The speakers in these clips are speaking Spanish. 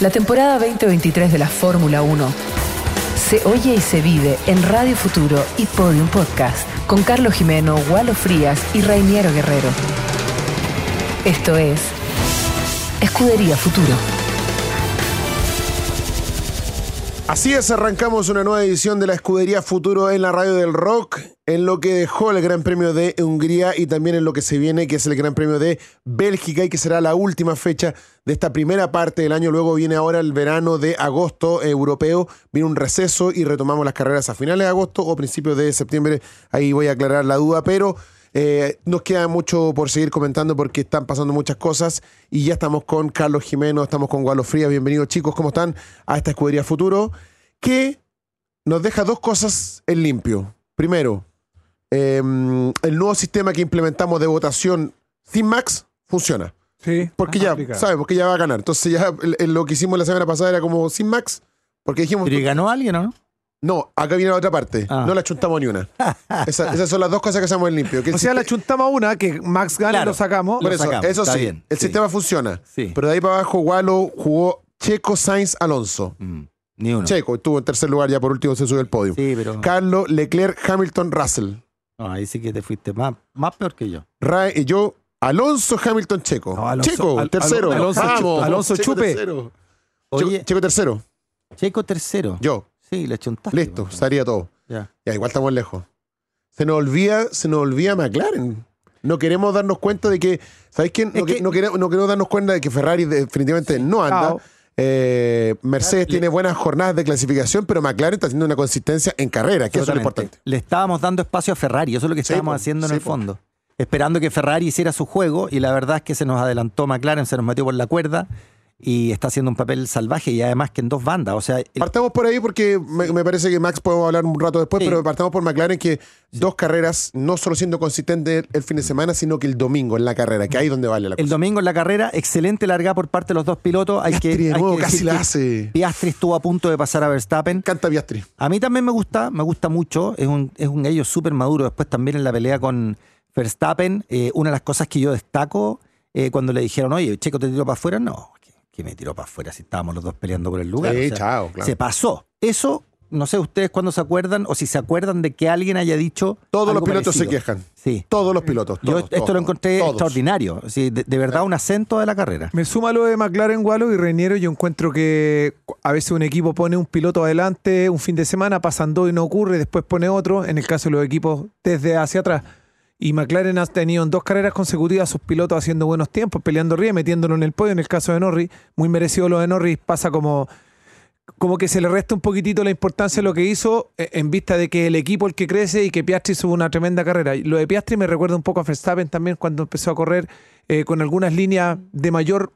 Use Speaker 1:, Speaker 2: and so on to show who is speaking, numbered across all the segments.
Speaker 1: La temporada 2023 de la Fórmula 1 se oye y se vive en Radio Futuro y Podium Podcast con Carlos Jimeno, Gualo Frías y Rainiero Guerrero. Esto es Escudería Futuro.
Speaker 2: Así es, arrancamos una nueva edición de la Escudería Futuro en la radio del rock, en lo que dejó el Gran Premio de Hungría y también en lo que se viene, que es el Gran Premio de Bélgica y que será la última fecha de esta primera parte del año. Luego viene ahora el verano de agosto eh, europeo, viene un receso y retomamos las carreras a finales de agosto o principios de septiembre. Ahí voy a aclarar la duda, pero eh, nos queda mucho por seguir comentando porque están pasando muchas cosas y ya estamos con Carlos Jimeno, estamos con Gualo Frías. Bienvenidos chicos, ¿cómo están? A esta Escudería Futuro que nos deja dos cosas en limpio. Primero, eh, el nuevo sistema que implementamos de votación sin Max funciona.
Speaker 3: Sí.
Speaker 2: Porque
Speaker 4: Ah,
Speaker 2: ya,
Speaker 3: África.
Speaker 2: sabemos que ya va a ganar. Entonces ya el- el- lo que hicimos la semana pasada era como sin Max, porque dijimos...
Speaker 3: Pero ¿y ganó alguien, ¿o no?
Speaker 2: No, acá viene la otra parte.
Speaker 3: Ah.
Speaker 2: No la chuntamos ni una. Esa- esas son las dos cosas que hacemos en limpio. Que el
Speaker 4: O sea,
Speaker 2: sistema-
Speaker 4: la chuntamos una, que Max gana
Speaker 3: Claro.
Speaker 4: lo sacamos.
Speaker 2: Por
Speaker 3: Lo
Speaker 2: eso,
Speaker 3: sacamos,
Speaker 2: eso
Speaker 3: está
Speaker 2: sí,
Speaker 3: bien,
Speaker 2: el
Speaker 3: sí.
Speaker 2: sistema funciona.
Speaker 3: Sí.
Speaker 2: Pero de ahí para abajo, Gualo jugó Checo Sainz Alonso.
Speaker 3: Mm, Ni uno.
Speaker 2: Checo estuvo en tercer lugar, ya por último se subió al podio.
Speaker 3: Sí, pero.
Speaker 2: Carlos, Leclerc, Hamilton, Russell.
Speaker 3: No, ahí sí que te fuiste más, más peor que yo.
Speaker 2: Ra- y yo, Alonso, Hamilton, Checo.
Speaker 4: No, Alonso-
Speaker 2: Checo,
Speaker 4: Al-
Speaker 2: tercero.
Speaker 4: Alonso-
Speaker 2: Vamos,
Speaker 4: Alonso
Speaker 2: Checo
Speaker 4: Chupe.
Speaker 2: tercero. Checo,
Speaker 3: Oye,
Speaker 2: Checo tercero.
Speaker 3: Checo tercero.
Speaker 2: Yo,
Speaker 3: Sí, le chuntaste.
Speaker 2: listo,
Speaker 3: compadre.
Speaker 2: estaría todo.
Speaker 3: Ya.
Speaker 2: Ya, igual estamos lejos. Se nos olvida, se nos olvida McLaren. No queremos darnos cuenta de que. ¿Sabéis quién? No,
Speaker 3: Es
Speaker 2: que-
Speaker 3: que-
Speaker 2: no queremos, no queremos darnos cuenta de que Ferrari definitivamente no anda.
Speaker 4: Chao.
Speaker 2: Eh, Mercedes
Speaker 3: Claro, le-
Speaker 2: tiene buenas jornadas de clasificación, pero McLaren está haciendo una consistencia en carrera, que eso es lo
Speaker 3: Totalmente.
Speaker 2: importante.
Speaker 3: Le estábamos dando espacio a Ferrari, eso es lo que
Speaker 2: Sí,
Speaker 3: estábamos
Speaker 2: po,
Speaker 3: haciendo en
Speaker 2: sí,
Speaker 3: el
Speaker 2: po.
Speaker 3: fondo. Esperando que Ferrari hiciera su juego y la verdad es que se nos adelantó McLaren, se nos metió por la cuerda y está haciendo un papel salvaje y además que en dos bandas. O sea, el-
Speaker 2: Partamos por ahí porque me, me parece que Max podemos hablar un rato después,
Speaker 3: Sí.
Speaker 2: pero partamos por McLaren que dos carreras, no solo siendo consistente el fin de semana, sino que el domingo en la carrera, que ahí es donde vale la
Speaker 3: el
Speaker 2: cosa.
Speaker 3: domingo en la carrera, excelente largada por parte de los dos pilotos. Hay que,
Speaker 2: Piastri de
Speaker 3: hay
Speaker 2: nuevo
Speaker 3: que
Speaker 2: casi
Speaker 3: decir
Speaker 2: la
Speaker 3: que
Speaker 2: hace.
Speaker 3: Piastri estuvo a punto de pasar a Verstappen.
Speaker 2: Canta Piastri.
Speaker 3: A mí también me gusta, me gusta mucho. Es un, es un gallo súper maduro. Después también en la pelea con Verstappen, eh, una de las cosas que yo destaco eh, cuando le dijeron, oye, Checo te tiró para afuera, no, que, que me tiró para afuera si estábamos los dos peleando por el lugar.
Speaker 2: Sí,
Speaker 3: O sea,
Speaker 2: chao, claro.
Speaker 3: Se pasó. Eso, no sé ustedes cuándo se acuerdan o si se acuerdan de que alguien haya dicho.
Speaker 2: Todos los
Speaker 3: algo
Speaker 2: pilotos se
Speaker 3: parecido.
Speaker 2: quejan.
Speaker 3: Sí.
Speaker 2: Todos los pilotos.
Speaker 3: Yo
Speaker 2: todos,
Speaker 3: esto
Speaker 2: todos,
Speaker 3: lo encontré
Speaker 2: todos.
Speaker 3: extraordinario. Sí, de, de verdad, un acento de la carrera.
Speaker 4: Me suma lo de McLaren, Wallo y Reiniero. Yo encuentro que cu- a veces un equipo pone un piloto adelante un fin de semana, pasan dos y no ocurre, después pone otro. En el caso de los equipos desde hacia atrás. Y McLaren ha tenido en dos carreras consecutivas sus pilotos haciendo buenos tiempos, peleando arriba, y metiéndolo en el podio. En el caso de Norris, muy merecido lo de Norris, pasa como, como que se le resta un poquitito la importancia de lo que hizo eh, en vista de que el equipo el que crece y que Piastri subo una tremenda carrera. Y Lo de Piastri me recuerda un poco a Verstappen también cuando empezó a correr eh, con algunas líneas de mayor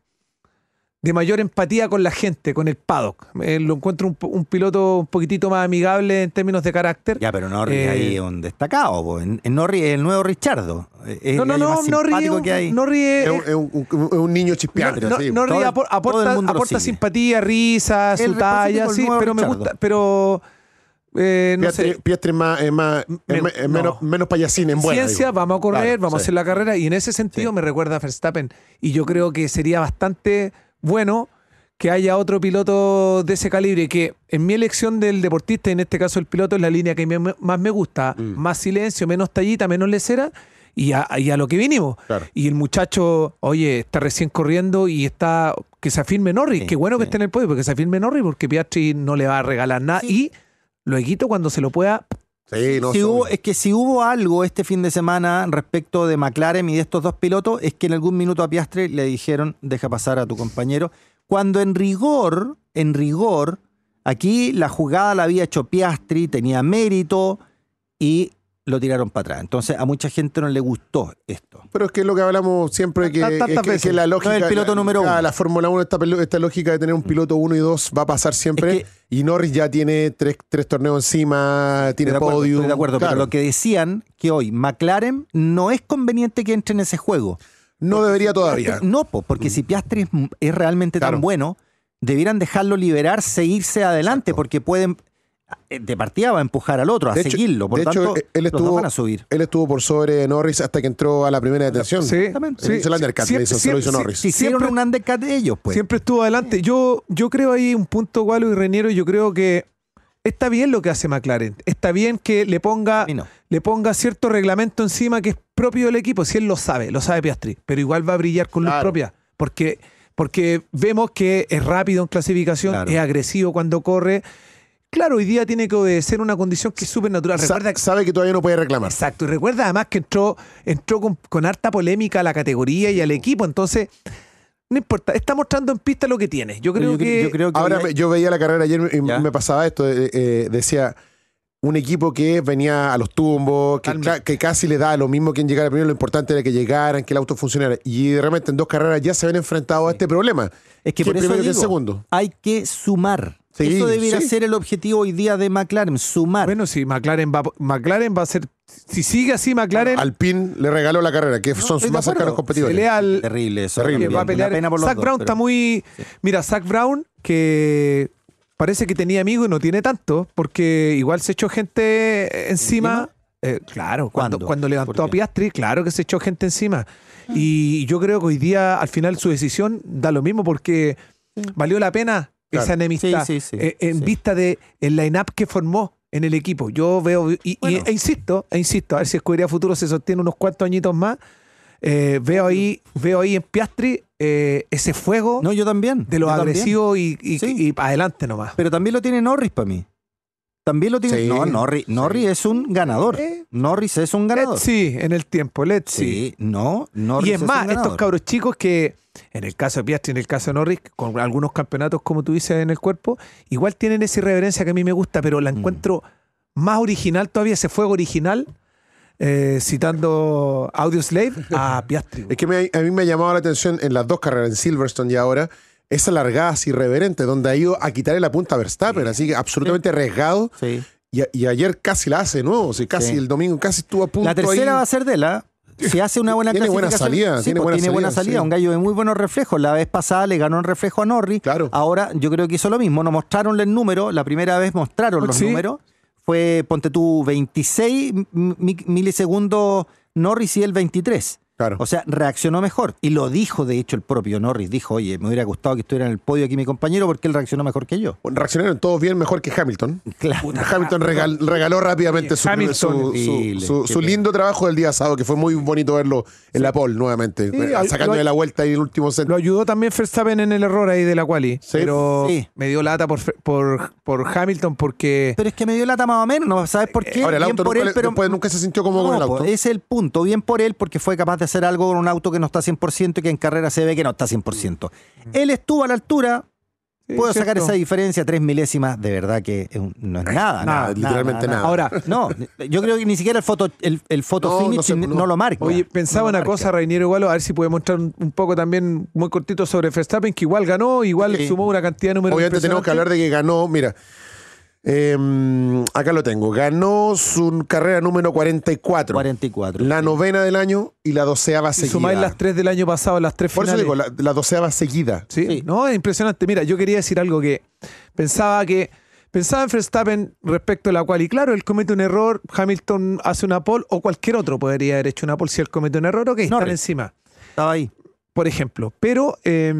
Speaker 4: de mayor empatía con la gente, con el paddock. Eh, lo encuentro un, po- un piloto un poquitito más amigable en términos de carácter.
Speaker 3: Ya, pero Norris
Speaker 4: Eh,
Speaker 3: ahí es un destacado. po. En, en Norris es el nuevo Richardo. Eh, Es
Speaker 4: no, no,
Speaker 3: el gallo
Speaker 4: no,
Speaker 3: más
Speaker 4: no ríe,
Speaker 3: simpático
Speaker 4: un-
Speaker 3: que hay.
Speaker 4: no ríe- eh,
Speaker 2: Es un, es un- un- un niño chispeante.
Speaker 3: No, no,
Speaker 2: sí.
Speaker 3: no,
Speaker 4: Norris
Speaker 3: todo el-
Speaker 4: apor-
Speaker 3: todo
Speaker 4: aporta,
Speaker 3: el mundo lo
Speaker 4: aporta
Speaker 3: sigue.
Speaker 4: simpatía, risa,
Speaker 3: Es
Speaker 4: su
Speaker 3: positivo,
Speaker 4: talla,
Speaker 3: el
Speaker 4: sí,
Speaker 3: nuevo
Speaker 4: pero me
Speaker 3: Richardo.
Speaker 4: gusta, pero eh, no
Speaker 2: Piastri,
Speaker 4: sé.
Speaker 2: Piastri es más, es más- es
Speaker 4: Men-
Speaker 2: me- es menos,
Speaker 4: no.
Speaker 2: menos payasín en buena.
Speaker 4: Ciencia,
Speaker 2: digo.
Speaker 4: vamos a correr,
Speaker 2: Claro,
Speaker 4: vamos a
Speaker 2: sí.
Speaker 4: hacer la carrera y en ese sentido me recuerda a Verstappen y yo creo que sería bastante bueno que haya otro piloto de ese calibre que en mi elección del deportista, y en este caso el piloto, es la línea que me- más me gusta,
Speaker 2: Mm.
Speaker 4: más silencio, menos tallita, menos lecera y a, y a lo que vinimos.
Speaker 2: Claro.
Speaker 4: Y el muchacho, oye, está recién corriendo y está. Que se afirme Norris.
Speaker 3: Sí,
Speaker 4: Qué bueno
Speaker 3: sí.
Speaker 4: que esté en el podio, porque se afirme Norris, porque Piastri no le va a regalar nada. Y lo quito cuando se lo pueda.
Speaker 2: Sí, no,
Speaker 3: Si
Speaker 2: son-
Speaker 3: hubo- es que si hubo algo este fin de semana respecto de McLaren y de estos dos pilotos, es que en algún minuto a Piastre le dijeron, deja pasar a tu compañero. Cuando en rigor, en rigor, aquí la jugada la había hecho Piastri, tenía mérito y lo tiraron para atrás. Entonces a mucha gente no le gustó esto.
Speaker 2: Pero es que es lo que hablamos siempre, que,
Speaker 4: Tan-
Speaker 2: es
Speaker 4: tantas
Speaker 2: que-
Speaker 4: veces.
Speaker 2: que la
Speaker 3: es el
Speaker 2: lógica...
Speaker 3: piloto
Speaker 2: la-
Speaker 3: número
Speaker 2: la-
Speaker 3: uno.
Speaker 2: La Fórmula 1, esta, pelu- esta lógica de tener un piloto 1 y 2 va a pasar siempre.
Speaker 3: Es que-
Speaker 2: y Norris ya tiene tres, tres torneos encima, tiene
Speaker 3: Estoy de acuerdo,
Speaker 2: podio.
Speaker 3: estoy de acuerdo,
Speaker 2: Claro,
Speaker 3: pero lo que decían que hoy McLaren no es conveniente que entre en ese juego.
Speaker 2: No debería todavía.
Speaker 3: No, po, porque si Piastri es, es realmente
Speaker 2: Claro.
Speaker 3: tan bueno, debieran dejarlo liberarse, irse adelante, porque pueden. eh, de partida va a empujar al otro, a
Speaker 2: De hecho-
Speaker 3: seguirlo. Por
Speaker 2: de hecho,
Speaker 3: tanto,
Speaker 2: eh, él
Speaker 3: los dos
Speaker 2: estuvo-
Speaker 3: van a subir.
Speaker 2: Él estuvo por sobre Norris hasta que entró a la primera detención.
Speaker 4: Sí,
Speaker 3: Exactamente.
Speaker 4: sí.
Speaker 2: Hizo el undercut, le hizo- se lo hizo
Speaker 4: sí,
Speaker 2: Norris.
Speaker 3: Si hicieron
Speaker 4: pues, siempre-
Speaker 3: un undercut ellos, pues.
Speaker 4: Siempre estuvo adelante. Yo, yo creo ahí un punto, Gualo y Reniero, yo creo que está bien lo que hace McLaren. Está bien que le ponga,
Speaker 3: A mí no.
Speaker 4: le ponga cierto reglamento encima que es propio del equipo. Si él lo sabe, lo sabe Piastri, pero igual va a brillar con luz
Speaker 2: Claro.
Speaker 4: propia. Porque, porque vemos que es rápido en clasificación,
Speaker 3: Claro.
Speaker 4: es agresivo cuando corre. Claro, hoy día tiene que obedecer una condición que es súper natural.
Speaker 2: Sa-
Speaker 4: Recuerda,
Speaker 2: sabe que todavía no puede reclamar.
Speaker 4: Exacto, y recuerda además que entró, entró con, con harta polémica a la categoría y al equipo, entonces no importa, está mostrando en pista lo que tiene. Yo creo
Speaker 3: Yo cre-
Speaker 4: que
Speaker 3: yo creo que
Speaker 2: Ahora,
Speaker 3: hay-
Speaker 2: me- yo veía la carrera ayer y
Speaker 3: Ya.
Speaker 2: me pasaba esto. eh, eh, decía, un equipo que venía a los tumbos, que,
Speaker 4: Totalmente.
Speaker 2: ca- que casi le da lo mismo quien llegara primero, lo importante era que llegaran, que el auto funcionara. Y de repente en dos carreras ya se ven enfrentados a este problema.
Speaker 3: Es que, por eso
Speaker 2: primero que el
Speaker 3: digo,
Speaker 2: segundo.
Speaker 3: hay que sumar.
Speaker 2: Sí,
Speaker 3: eso debería
Speaker 2: sí.
Speaker 3: ser el objetivo hoy día de McLaren, sumar.
Speaker 4: bueno, si McLaren va, McLaren va a ser, si sigue así McLaren,
Speaker 2: Alpine le regaló la carrera, que son
Speaker 3: estoy
Speaker 2: sus
Speaker 3: de
Speaker 2: más cercanos
Speaker 3: acuerdo.
Speaker 2: competidores.
Speaker 4: pelea al
Speaker 3: terrible eso.
Speaker 2: Terrible.
Speaker 4: que Eh,
Speaker 3: también.
Speaker 4: va a
Speaker 3: Una
Speaker 4: pelear.
Speaker 3: pena por los
Speaker 4: Zach
Speaker 3: dos,
Speaker 4: Brown
Speaker 3: pero-
Speaker 4: está muy, mira, Zach Brown que parece que tenía amigos y no tiene tanto, porque igual se echó gente encima.
Speaker 3: ¿Encima?
Speaker 4: Eh, claro, cuando,
Speaker 3: ¿Cuándo?
Speaker 4: cuando levantó
Speaker 3: ¿Por
Speaker 4: a
Speaker 3: qué?
Speaker 4: Piastri, claro que se echó gente encima. Y yo creo que hoy día, al final, su decisión da lo mismo porque valió la pena
Speaker 2: Claro.
Speaker 4: esa enemistad
Speaker 3: Sí, sí, sí,
Speaker 4: eh, en
Speaker 3: sí.
Speaker 4: vista de el line-up que formó en el equipo. Yo veo, y- y,
Speaker 3: Bueno.
Speaker 4: e insisto, e insisto, a ver si Escudería Futuro se sostiene unos cuantos añitos más. Eh, veo ahí, veo ahí en Piastri eh, ese fuego
Speaker 3: No, yo también.
Speaker 4: de los
Speaker 3: yo también.
Speaker 4: agresivos y, y,
Speaker 3: Sí.
Speaker 4: y pa' adelante nomás.
Speaker 3: Pero también lo tiene Norris para mí. También lo tiene.
Speaker 2: Sí,
Speaker 3: no, Norris, Norris es un ganador.
Speaker 4: Eh.
Speaker 3: Norris es un ganador.
Speaker 4: Let's see, en el tiempo, let's
Speaker 3: Sí,
Speaker 4: see.
Speaker 3: no, Norris
Speaker 4: Y es
Speaker 3: un
Speaker 4: más,
Speaker 3: ganador.
Speaker 4: estos cabros chicos que, en el caso de Piastri, en el caso de Norris, con algunos campeonatos, como tú dices, en el cuerpo, igual tienen esa irreverencia que a mí me gusta, pero
Speaker 3: Mm.
Speaker 4: la encuentro más original todavía, ese fuego original, eh, citando Audio Slave a Piastri.
Speaker 2: Es que me- a mí me ha llamado la atención en las dos carreras, en Silverstone y ahora, esas largadas irreverentes, donde ha ido a quitarle la punta a Verstappen, así que absolutamente arriesgado.
Speaker 3: Sí.
Speaker 2: Y, a- y ayer casi la hace, ¿no? O sea, casi
Speaker 3: Sí.
Speaker 2: el domingo casi estuvo a punto.
Speaker 3: La tercera
Speaker 2: ahí.
Speaker 3: va a ser de la. Si hace una buena
Speaker 2: Tiene buena
Speaker 3: clasificación-
Speaker 2: salida,
Speaker 3: sí,
Speaker 2: tiene
Speaker 3: pues,
Speaker 2: buena
Speaker 3: tiene buena
Speaker 2: salida,
Speaker 3: salida.
Speaker 2: sí.
Speaker 3: Un gallo de muy buenos reflejos. La vez pasada le ganó en reflejo a Norris.
Speaker 2: Claro.
Speaker 3: Ahora yo creo que hizo lo mismo. No mostraron el número. La primera vez mostraron los
Speaker 4: Sí.
Speaker 3: números. Fue, ponte tú, 26 mi- milisegundos Norris y el 23.
Speaker 2: Claro.
Speaker 3: O sea, reaccionó mejor. Y lo dijo, de hecho, el propio Norris. Dijo, oye, me hubiera gustado que estuviera en el podio aquí mi compañero porque él reaccionó mejor que yo.
Speaker 2: Bueno, reaccionaron todos bien, mejor que Hamilton.
Speaker 3: Claro.
Speaker 2: Hamilton regal- regaló rápidamente
Speaker 4: Oye,
Speaker 2: su,
Speaker 4: Hamilton,
Speaker 2: su- su,
Speaker 3: Dile,
Speaker 2: su-
Speaker 3: qué
Speaker 2: su
Speaker 3: pena.
Speaker 2: lindo trabajo del día sábado, que fue muy bonito verlo en la pole nuevamente,
Speaker 4: Sí,
Speaker 2: eh,
Speaker 4: al-
Speaker 2: sacando
Speaker 4: lo-
Speaker 2: de la vuelta y el último centro.
Speaker 4: Lo ayudó también Verstappen en el error ahí de la quali,
Speaker 2: Sí.
Speaker 4: pero
Speaker 3: Sí.
Speaker 4: me dio lata por, Fer- por, por Hamilton porque...
Speaker 3: Pero es que me dio lata más o menos, ¿no? ¿sabes por qué?
Speaker 2: Ahora, el
Speaker 3: Bien
Speaker 2: auto
Speaker 3: por
Speaker 2: nunca,
Speaker 3: él,
Speaker 2: le-
Speaker 3: pero-
Speaker 2: después nunca se sintió cómodo
Speaker 3: No,
Speaker 2: con el
Speaker 3: po,
Speaker 2: auto.
Speaker 3: ese es el punto. Bien por él, porque fue capaz de hacer algo con un auto que no está 100% y que en carrera se ve que no está 100%.
Speaker 2: Mm.
Speaker 3: Él estuvo a la altura,
Speaker 4: Sí,
Speaker 3: puedo
Speaker 4: cierto.
Speaker 3: sacar esa diferencia, tres milésimas, de verdad que es un- no es nada.
Speaker 2: Nada, literalmente nada.
Speaker 4: Ahora,
Speaker 3: No, yo creo que ni siquiera el foto, el, el foto
Speaker 2: No, no
Speaker 3: finish
Speaker 2: se-
Speaker 3: no,
Speaker 2: no.
Speaker 3: lo marca.
Speaker 4: Oye,
Speaker 3: No
Speaker 4: pensaba
Speaker 3: lo
Speaker 4: una
Speaker 3: marca.
Speaker 4: cosa, Reiniero Igualo, a ver si puede mostrar un, un poco también muy cortito sobre Verstappen, que igual ganó, igual
Speaker 3: Sí.
Speaker 4: sumó una cantidad de números.
Speaker 2: Obviamente tenemos que hablar de que ganó, mira. em, acá lo tengo. Ganó su carrera número 44.
Speaker 3: 44.
Speaker 2: La novena del año y la doceava
Speaker 4: Si sumáis
Speaker 2: seguida.
Speaker 4: las tres del año pasado, las tres
Speaker 2: Por eso
Speaker 4: finales.
Speaker 2: digo, la, la doceava seguida.
Speaker 4: Sí,
Speaker 3: Sí.
Speaker 4: no, es impresionante. Mira, yo quería decir algo que pensaba que pensaba en Verstappen respecto a la cual y claro, él comete un error, Hamilton hace una pole o cualquier otro podría haber hecho una pole si él comete un error, ok, están
Speaker 3: Norris.
Speaker 4: encima.
Speaker 3: Estaba ahí.
Speaker 4: por ejemplo. Pero eh,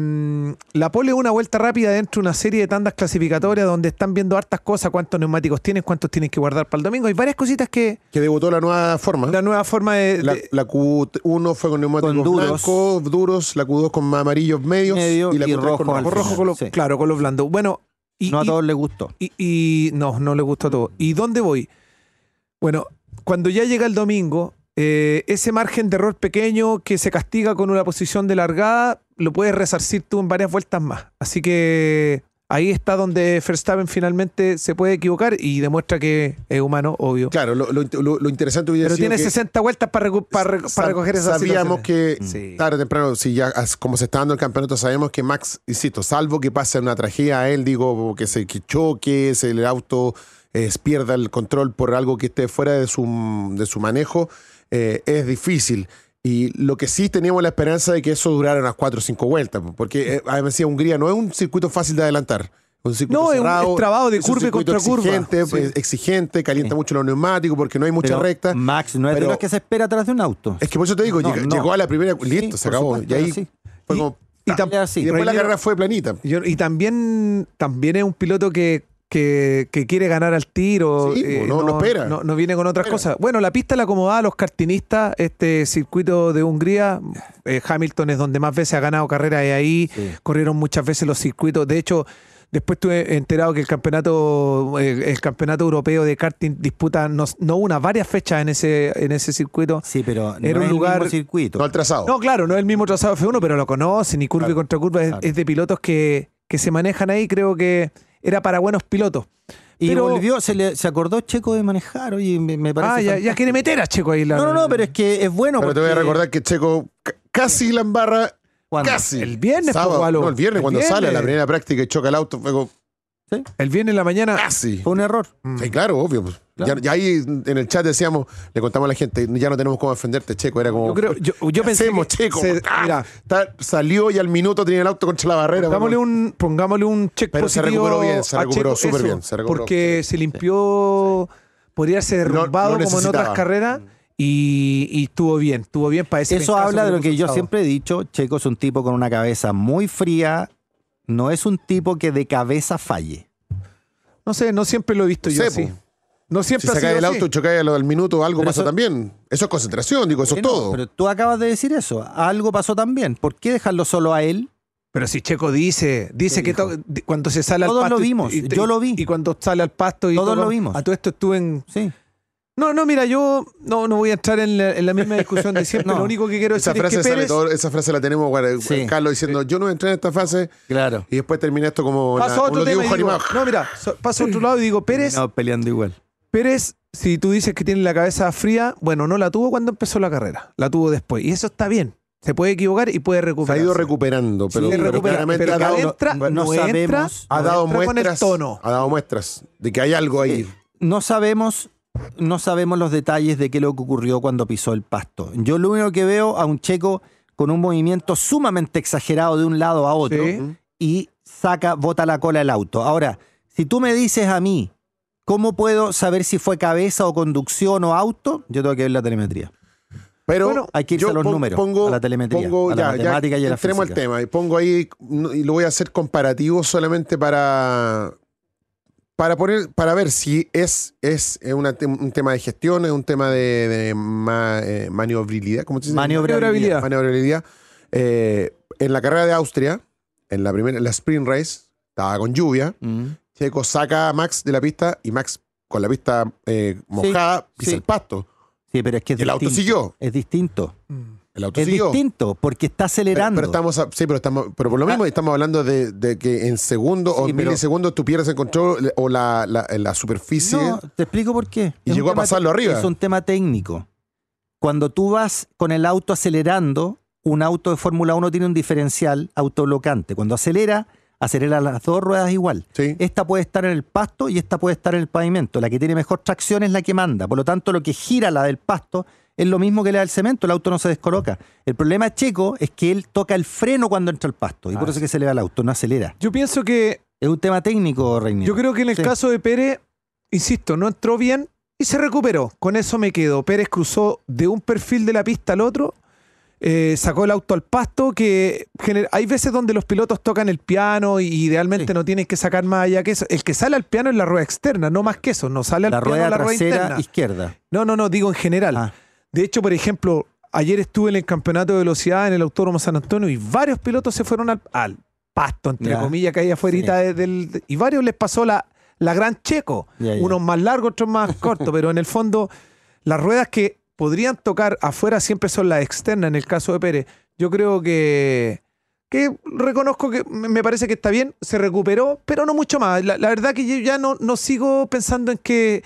Speaker 4: la pole es una vuelta rápida dentro de una serie de tandas clasificatorias donde están viendo hartas cosas, cuántos neumáticos tienes, cuántos tienes que guardar para el domingo. Hay varias cositas que
Speaker 2: Que debutó la nueva forma.
Speaker 4: la nueva forma de...
Speaker 2: La,
Speaker 4: de-
Speaker 2: la Q1 fue con neumáticos
Speaker 3: Con duros.
Speaker 2: blancos, duros, la Q2 con amarillos medios
Speaker 3: Medio
Speaker 2: y la
Speaker 3: y
Speaker 2: Q3
Speaker 3: rojo
Speaker 2: con
Speaker 3: al
Speaker 4: por rojo,
Speaker 3: final,
Speaker 4: con lo-
Speaker 3: sí.
Speaker 4: claro, con los blandos. Bueno, y,
Speaker 3: No a
Speaker 4: y-
Speaker 3: todos les gustó.
Speaker 4: y, y- no, no le gustó a todos. ¿Y dónde voy? Bueno, cuando ya llega el domingo, eh, ese margen de error pequeño que se castiga con una posición de largada, lo puedes resarcir tú en varias vueltas más. Así que ahí está donde Verstappen finalmente se puede equivocar y demuestra que es humano, obvio.
Speaker 2: Claro, lo, lo, lo- lo interesante hubiera
Speaker 4: Pero
Speaker 2: sido
Speaker 4: tiene
Speaker 2: que
Speaker 4: 60 vueltas para, recu- para, re- para
Speaker 2: sab-
Speaker 4: recoger esas
Speaker 2: Sabíamos
Speaker 4: situaciones.
Speaker 2: que
Speaker 4: Mm. Sí.
Speaker 2: tarde o temprano, si ya as- como se está dando el campeonato, sabemos que Max, insisto, salvo que pase una tragedia a él, digo, que se que choque, se el auto eh, pierda el control por algo que esté fuera de su, de su manejo, eh, es difícil. Y lo que sí teníamos la esperanza de que eso durara unas 4 o 5 vueltas, porque eh, además decía, Hungría no es un circuito fácil de adelantar. Un circuito
Speaker 4: No, es un-
Speaker 2: cerrado,
Speaker 4: es trabado de
Speaker 2: es un
Speaker 4: curva y
Speaker 2: circuito
Speaker 4: contracurva.
Speaker 2: Exigente,
Speaker 4: Sí.
Speaker 2: pues, exigente, calienta mucho los neumáticos porque no hay mucha
Speaker 3: Pero
Speaker 2: recta.
Speaker 3: Max no es
Speaker 2: pero-
Speaker 3: de los que se espera atrás de un auto.
Speaker 2: Es que por eso te digo,
Speaker 3: No,
Speaker 2: llega-
Speaker 3: no.
Speaker 2: llegó a la primera, listo,
Speaker 3: Sí,
Speaker 2: se
Speaker 3: por
Speaker 2: acabó.
Speaker 3: supuesto,
Speaker 2: y ahí
Speaker 3: sí.
Speaker 2: fue
Speaker 4: Y-
Speaker 2: como,
Speaker 4: Y,
Speaker 3: Ah,
Speaker 4: tam-
Speaker 3: ya sí.
Speaker 2: y después la
Speaker 4: Reñero-
Speaker 2: carrera fue planita.
Speaker 4: yo- y también, también es un piloto que, que- que quiere ganar al tiro. eh,
Speaker 2: Sí, pues, no- no espera.
Speaker 4: No, no viene con otras
Speaker 2: Espera.
Speaker 4: cosas. Bueno, la pista la acomodaba a los kartinistas. Este circuito de Hungría, eh, Hamilton es donde más veces ha ganado carreras y ahí.
Speaker 3: Sí.
Speaker 4: Corrieron muchas veces los circuitos. De hecho, después tuve enterado que el campeonato, el, el campeonato europeo de karting disputa no, no una, varias fechas en ese, en ese circuito.
Speaker 3: Sí, pero no
Speaker 4: Era un
Speaker 3: es el
Speaker 4: lugar-
Speaker 3: mismo circuito.
Speaker 2: No al trazado.
Speaker 4: No, claro, no es el mismo trazado F1, pero lo conocen y curva y contra curva es,
Speaker 3: claro.
Speaker 4: es de pilotos que, que se manejan ahí. Creo que era para buenos pilotos.
Speaker 3: y
Speaker 4: pero-
Speaker 3: volvió, se, le, se acordó Checo de manejar, oye, me, me parece.
Speaker 4: ah, ya, ya
Speaker 3: fantástico.
Speaker 4: quiere meter a Checo ahí. La,
Speaker 3: No, no, no, pero es que es bueno.
Speaker 2: Pero te voy a
Speaker 3: porque-
Speaker 2: recordar que Checo ca- casi la embarra.
Speaker 3: ¿Cuándo?
Speaker 2: Casi.
Speaker 4: El viernes,
Speaker 2: Sábado.
Speaker 4: pues, Gualo.
Speaker 2: No, el viernes
Speaker 4: El
Speaker 2: cuando sale a la
Speaker 4: viernes.
Speaker 2: primera práctica y choca el auto, fue como,
Speaker 4: El viernes en la mañana.
Speaker 2: casi.
Speaker 3: Fue un error.
Speaker 2: Sí, claro, obvio. pues.
Speaker 3: Claro.
Speaker 2: Ya, ya ahí en el chat decíamos, le contamos a la gente, ya no tenemos cómo defenderte, Checo. Era como.
Speaker 4: Yo creo, yo, yo
Speaker 2: ¿qué
Speaker 4: pensé.
Speaker 2: hacemos,
Speaker 4: que
Speaker 2: Checo?
Speaker 4: se-
Speaker 2: Ah,
Speaker 4: mira,
Speaker 2: está- salió y al minuto tenía el auto contra la barrera.
Speaker 4: pongámosle
Speaker 2: bueno.
Speaker 4: un, pongámosle un check
Speaker 2: Pero se
Speaker 4: positivo
Speaker 2: recuperó bien, se
Speaker 4: a
Speaker 2: recuperó
Speaker 4: Checo,
Speaker 2: súper
Speaker 4: eso,
Speaker 2: bien, se recuperó.
Speaker 4: Porque se limpió, podría ser
Speaker 2: No- no
Speaker 4: derrumbado como en otras
Speaker 2: necesitaba. Mm.
Speaker 4: carreras y, y estuvo bien, estuvo bien para ese
Speaker 3: Eso
Speaker 4: pescazo
Speaker 3: habla de lo
Speaker 4: le
Speaker 3: que yo
Speaker 4: costaba.
Speaker 3: siempre he dicho. Checo es un tipo con una cabeza muy fría. No es un tipo que de cabeza falle.
Speaker 4: No sé, no siempre lo he visto yo
Speaker 2: Sé,
Speaker 4: así.
Speaker 2: po.
Speaker 4: No
Speaker 2: Si
Speaker 4: siempre ha
Speaker 2: sacáis
Speaker 4: sido
Speaker 2: el
Speaker 4: así.
Speaker 2: auto y chocáis al, al minuto, algo
Speaker 3: Pero
Speaker 2: pasa
Speaker 3: eso-
Speaker 2: también. Eso es concentración, digo, eso
Speaker 3: Eh,
Speaker 2: es
Speaker 3: no,
Speaker 2: todo.
Speaker 3: Pero tú acabas de decir eso. Algo pasó también. ¿Por qué dejarlo solo a él?
Speaker 4: Pero si Checo dice, dice
Speaker 3: ¿Qué
Speaker 4: que
Speaker 3: dijo?
Speaker 4: to- di- cuando se sale al
Speaker 3: Todos
Speaker 4: pasto.
Speaker 3: lo
Speaker 4: y-
Speaker 3: vimos,
Speaker 4: y-
Speaker 3: yo lo vi.
Speaker 4: Y cuando sale al pasto y
Speaker 3: Todos
Speaker 4: todo-
Speaker 3: lo vimos.
Speaker 4: A todo esto estuve en.
Speaker 3: Sí.
Speaker 4: No, no, mira, yo no, no voy a entrar en la, en la misma discusión de siempre.
Speaker 3: No.
Speaker 4: Lo único que quiero
Speaker 2: Esa
Speaker 4: decir
Speaker 2: frase,
Speaker 4: es que
Speaker 2: sale
Speaker 4: Pérez.
Speaker 2: todo- esa frase la tenemos, bueno,
Speaker 3: Sí.
Speaker 2: Carlos diciendo, yo no entré en esta fase
Speaker 3: Claro.
Speaker 2: y después terminé esto como una-
Speaker 4: Paso a otro
Speaker 2: unos
Speaker 4: tema. y
Speaker 2: dibujos
Speaker 4: digo-
Speaker 2: animados.
Speaker 4: no, mira, so- paso a otro lado y digo, Pérez,
Speaker 3: No, peleando igual.
Speaker 4: Pérez, si tú dices que tiene la cabeza fría, bueno, no la tuvo cuando empezó la carrera, la tuvo después. Y eso está bien. Se puede equivocar y puede
Speaker 2: Se ha
Speaker 4: recuperar.
Speaker 2: ido recuperando, pero,
Speaker 4: Sí,
Speaker 2: pero
Speaker 4: recupera,
Speaker 2: claramente
Speaker 4: pero
Speaker 2: cada uno
Speaker 4: entra,
Speaker 3: no
Speaker 4: no entra,
Speaker 3: sabemos.
Speaker 2: ha dado
Speaker 4: entra con el
Speaker 2: muestras.
Speaker 4: tono.
Speaker 2: Ha dado muestras de que hay algo ahí.
Speaker 3: no sabemos, no sabemos los detalles de qué lo que ocurrió cuando pisó el pasto. Yo lo único que veo a un checo con un movimiento sumamente exagerado de un lado a otro
Speaker 4: Sí.
Speaker 3: y saca, bota la cola el auto. Ahora, si tú me dices a mí, ¿cómo puedo saber si fue cabeza o conducción o auto? Yo tengo que ver la telemetría.
Speaker 2: Pero
Speaker 4: Bueno,
Speaker 3: hay que irse
Speaker 2: yo
Speaker 3: a los
Speaker 2: pon-
Speaker 3: números, a la telemetría, a la matemática y a la
Speaker 2: entremos al
Speaker 3: física.
Speaker 2: tema y pongo ahí no, y lo voy a hacer comparativo solamente para para poner para ver si es es eh, una te- un tema de gestión, es un tema de, de ma- eh, maniobrabilidad, ¿cómo se dice?
Speaker 4: Maniobrabilidad.
Speaker 2: Maniobrabilidad. Eh, en la carrera de Austria, en la primera en la sprint race, estaba con lluvia.
Speaker 3: Mm.
Speaker 2: Checo saca a Max de la pista y Max con la pista eh, mojada pisa
Speaker 3: sí.
Speaker 2: el pasto.
Speaker 3: Sí, pero es que es
Speaker 2: Y el auto
Speaker 3: distinto.
Speaker 2: siguió.
Speaker 3: Es distinto.
Speaker 2: El auto
Speaker 3: Es
Speaker 2: siguió.
Speaker 3: distinto porque está
Speaker 2: Pero,
Speaker 3: acelerando.
Speaker 2: pero estamos, a- sí, pero estamos, pero por lo mismo estamos hablando de, de que en segundos o
Speaker 3: Sí, pero-
Speaker 2: milisegundos tú pierdes el control eh, o la, la- la superficie.
Speaker 3: No, te explico por qué.
Speaker 2: Y
Speaker 3: Es un
Speaker 2: llegó a
Speaker 3: tema
Speaker 2: pasarlo
Speaker 3: te-
Speaker 2: arriba.
Speaker 3: Es un tema técnico. Cuando tú vas con el auto acelerando, un auto de Fórmula 1 tiene un diferencial autoblocante. Cuando acelera, acelera las dos ruedas igual.
Speaker 2: Sí.
Speaker 3: Esta puede estar en el pasto y esta puede estar en el pavimento. La que tiene mejor tracción es la que manda. Por lo tanto, lo que gira la del pasto es lo mismo que la del cemento. El auto no se descoloca. El problema checo es que él toca el freno cuando entra al pasto. Y
Speaker 4: Ah.
Speaker 3: por eso es que se le va el auto, no acelera.
Speaker 4: Yo pienso que
Speaker 3: Es un tema técnico, Reinier.
Speaker 4: Yo creo que en el
Speaker 3: Sí.
Speaker 4: caso de Pérez, insisto, no entró bien y se recuperó. Con eso me quedo. Pérez cruzó de un perfil de la pista al otro, eh, sacó el auto al pasto, que gener- hay veces donde los pilotos tocan el piano y idealmente
Speaker 3: Sí.
Speaker 4: no tienen que sacar más allá que eso. El que sale al piano es la rueda externa, no más que eso. No sale al
Speaker 3: La
Speaker 4: piano
Speaker 3: rueda
Speaker 4: la rueda
Speaker 3: trasera
Speaker 4: interna.
Speaker 3: izquierda.
Speaker 4: No, no, no, digo en general.
Speaker 3: Ah.
Speaker 4: De hecho, por ejemplo, ayer estuve en el campeonato de velocidad en el Autódromo San Antonio y varios pilotos se fueron al, al pasto, entre
Speaker 3: Ya.
Speaker 4: comillas, que hay afuera del. Y varios les pasó la, la gran checo.
Speaker 3: Ya, ya.
Speaker 4: Unos más largos, otros más cortos, pero en el fondo, las ruedas que podrían tocar afuera siempre son las externas en el caso de Pérez. Yo creo que. Que reconozco que me me parece que está bien, se recuperó, pero no mucho más. La, la verdad que yo ya no, no sigo pensando en que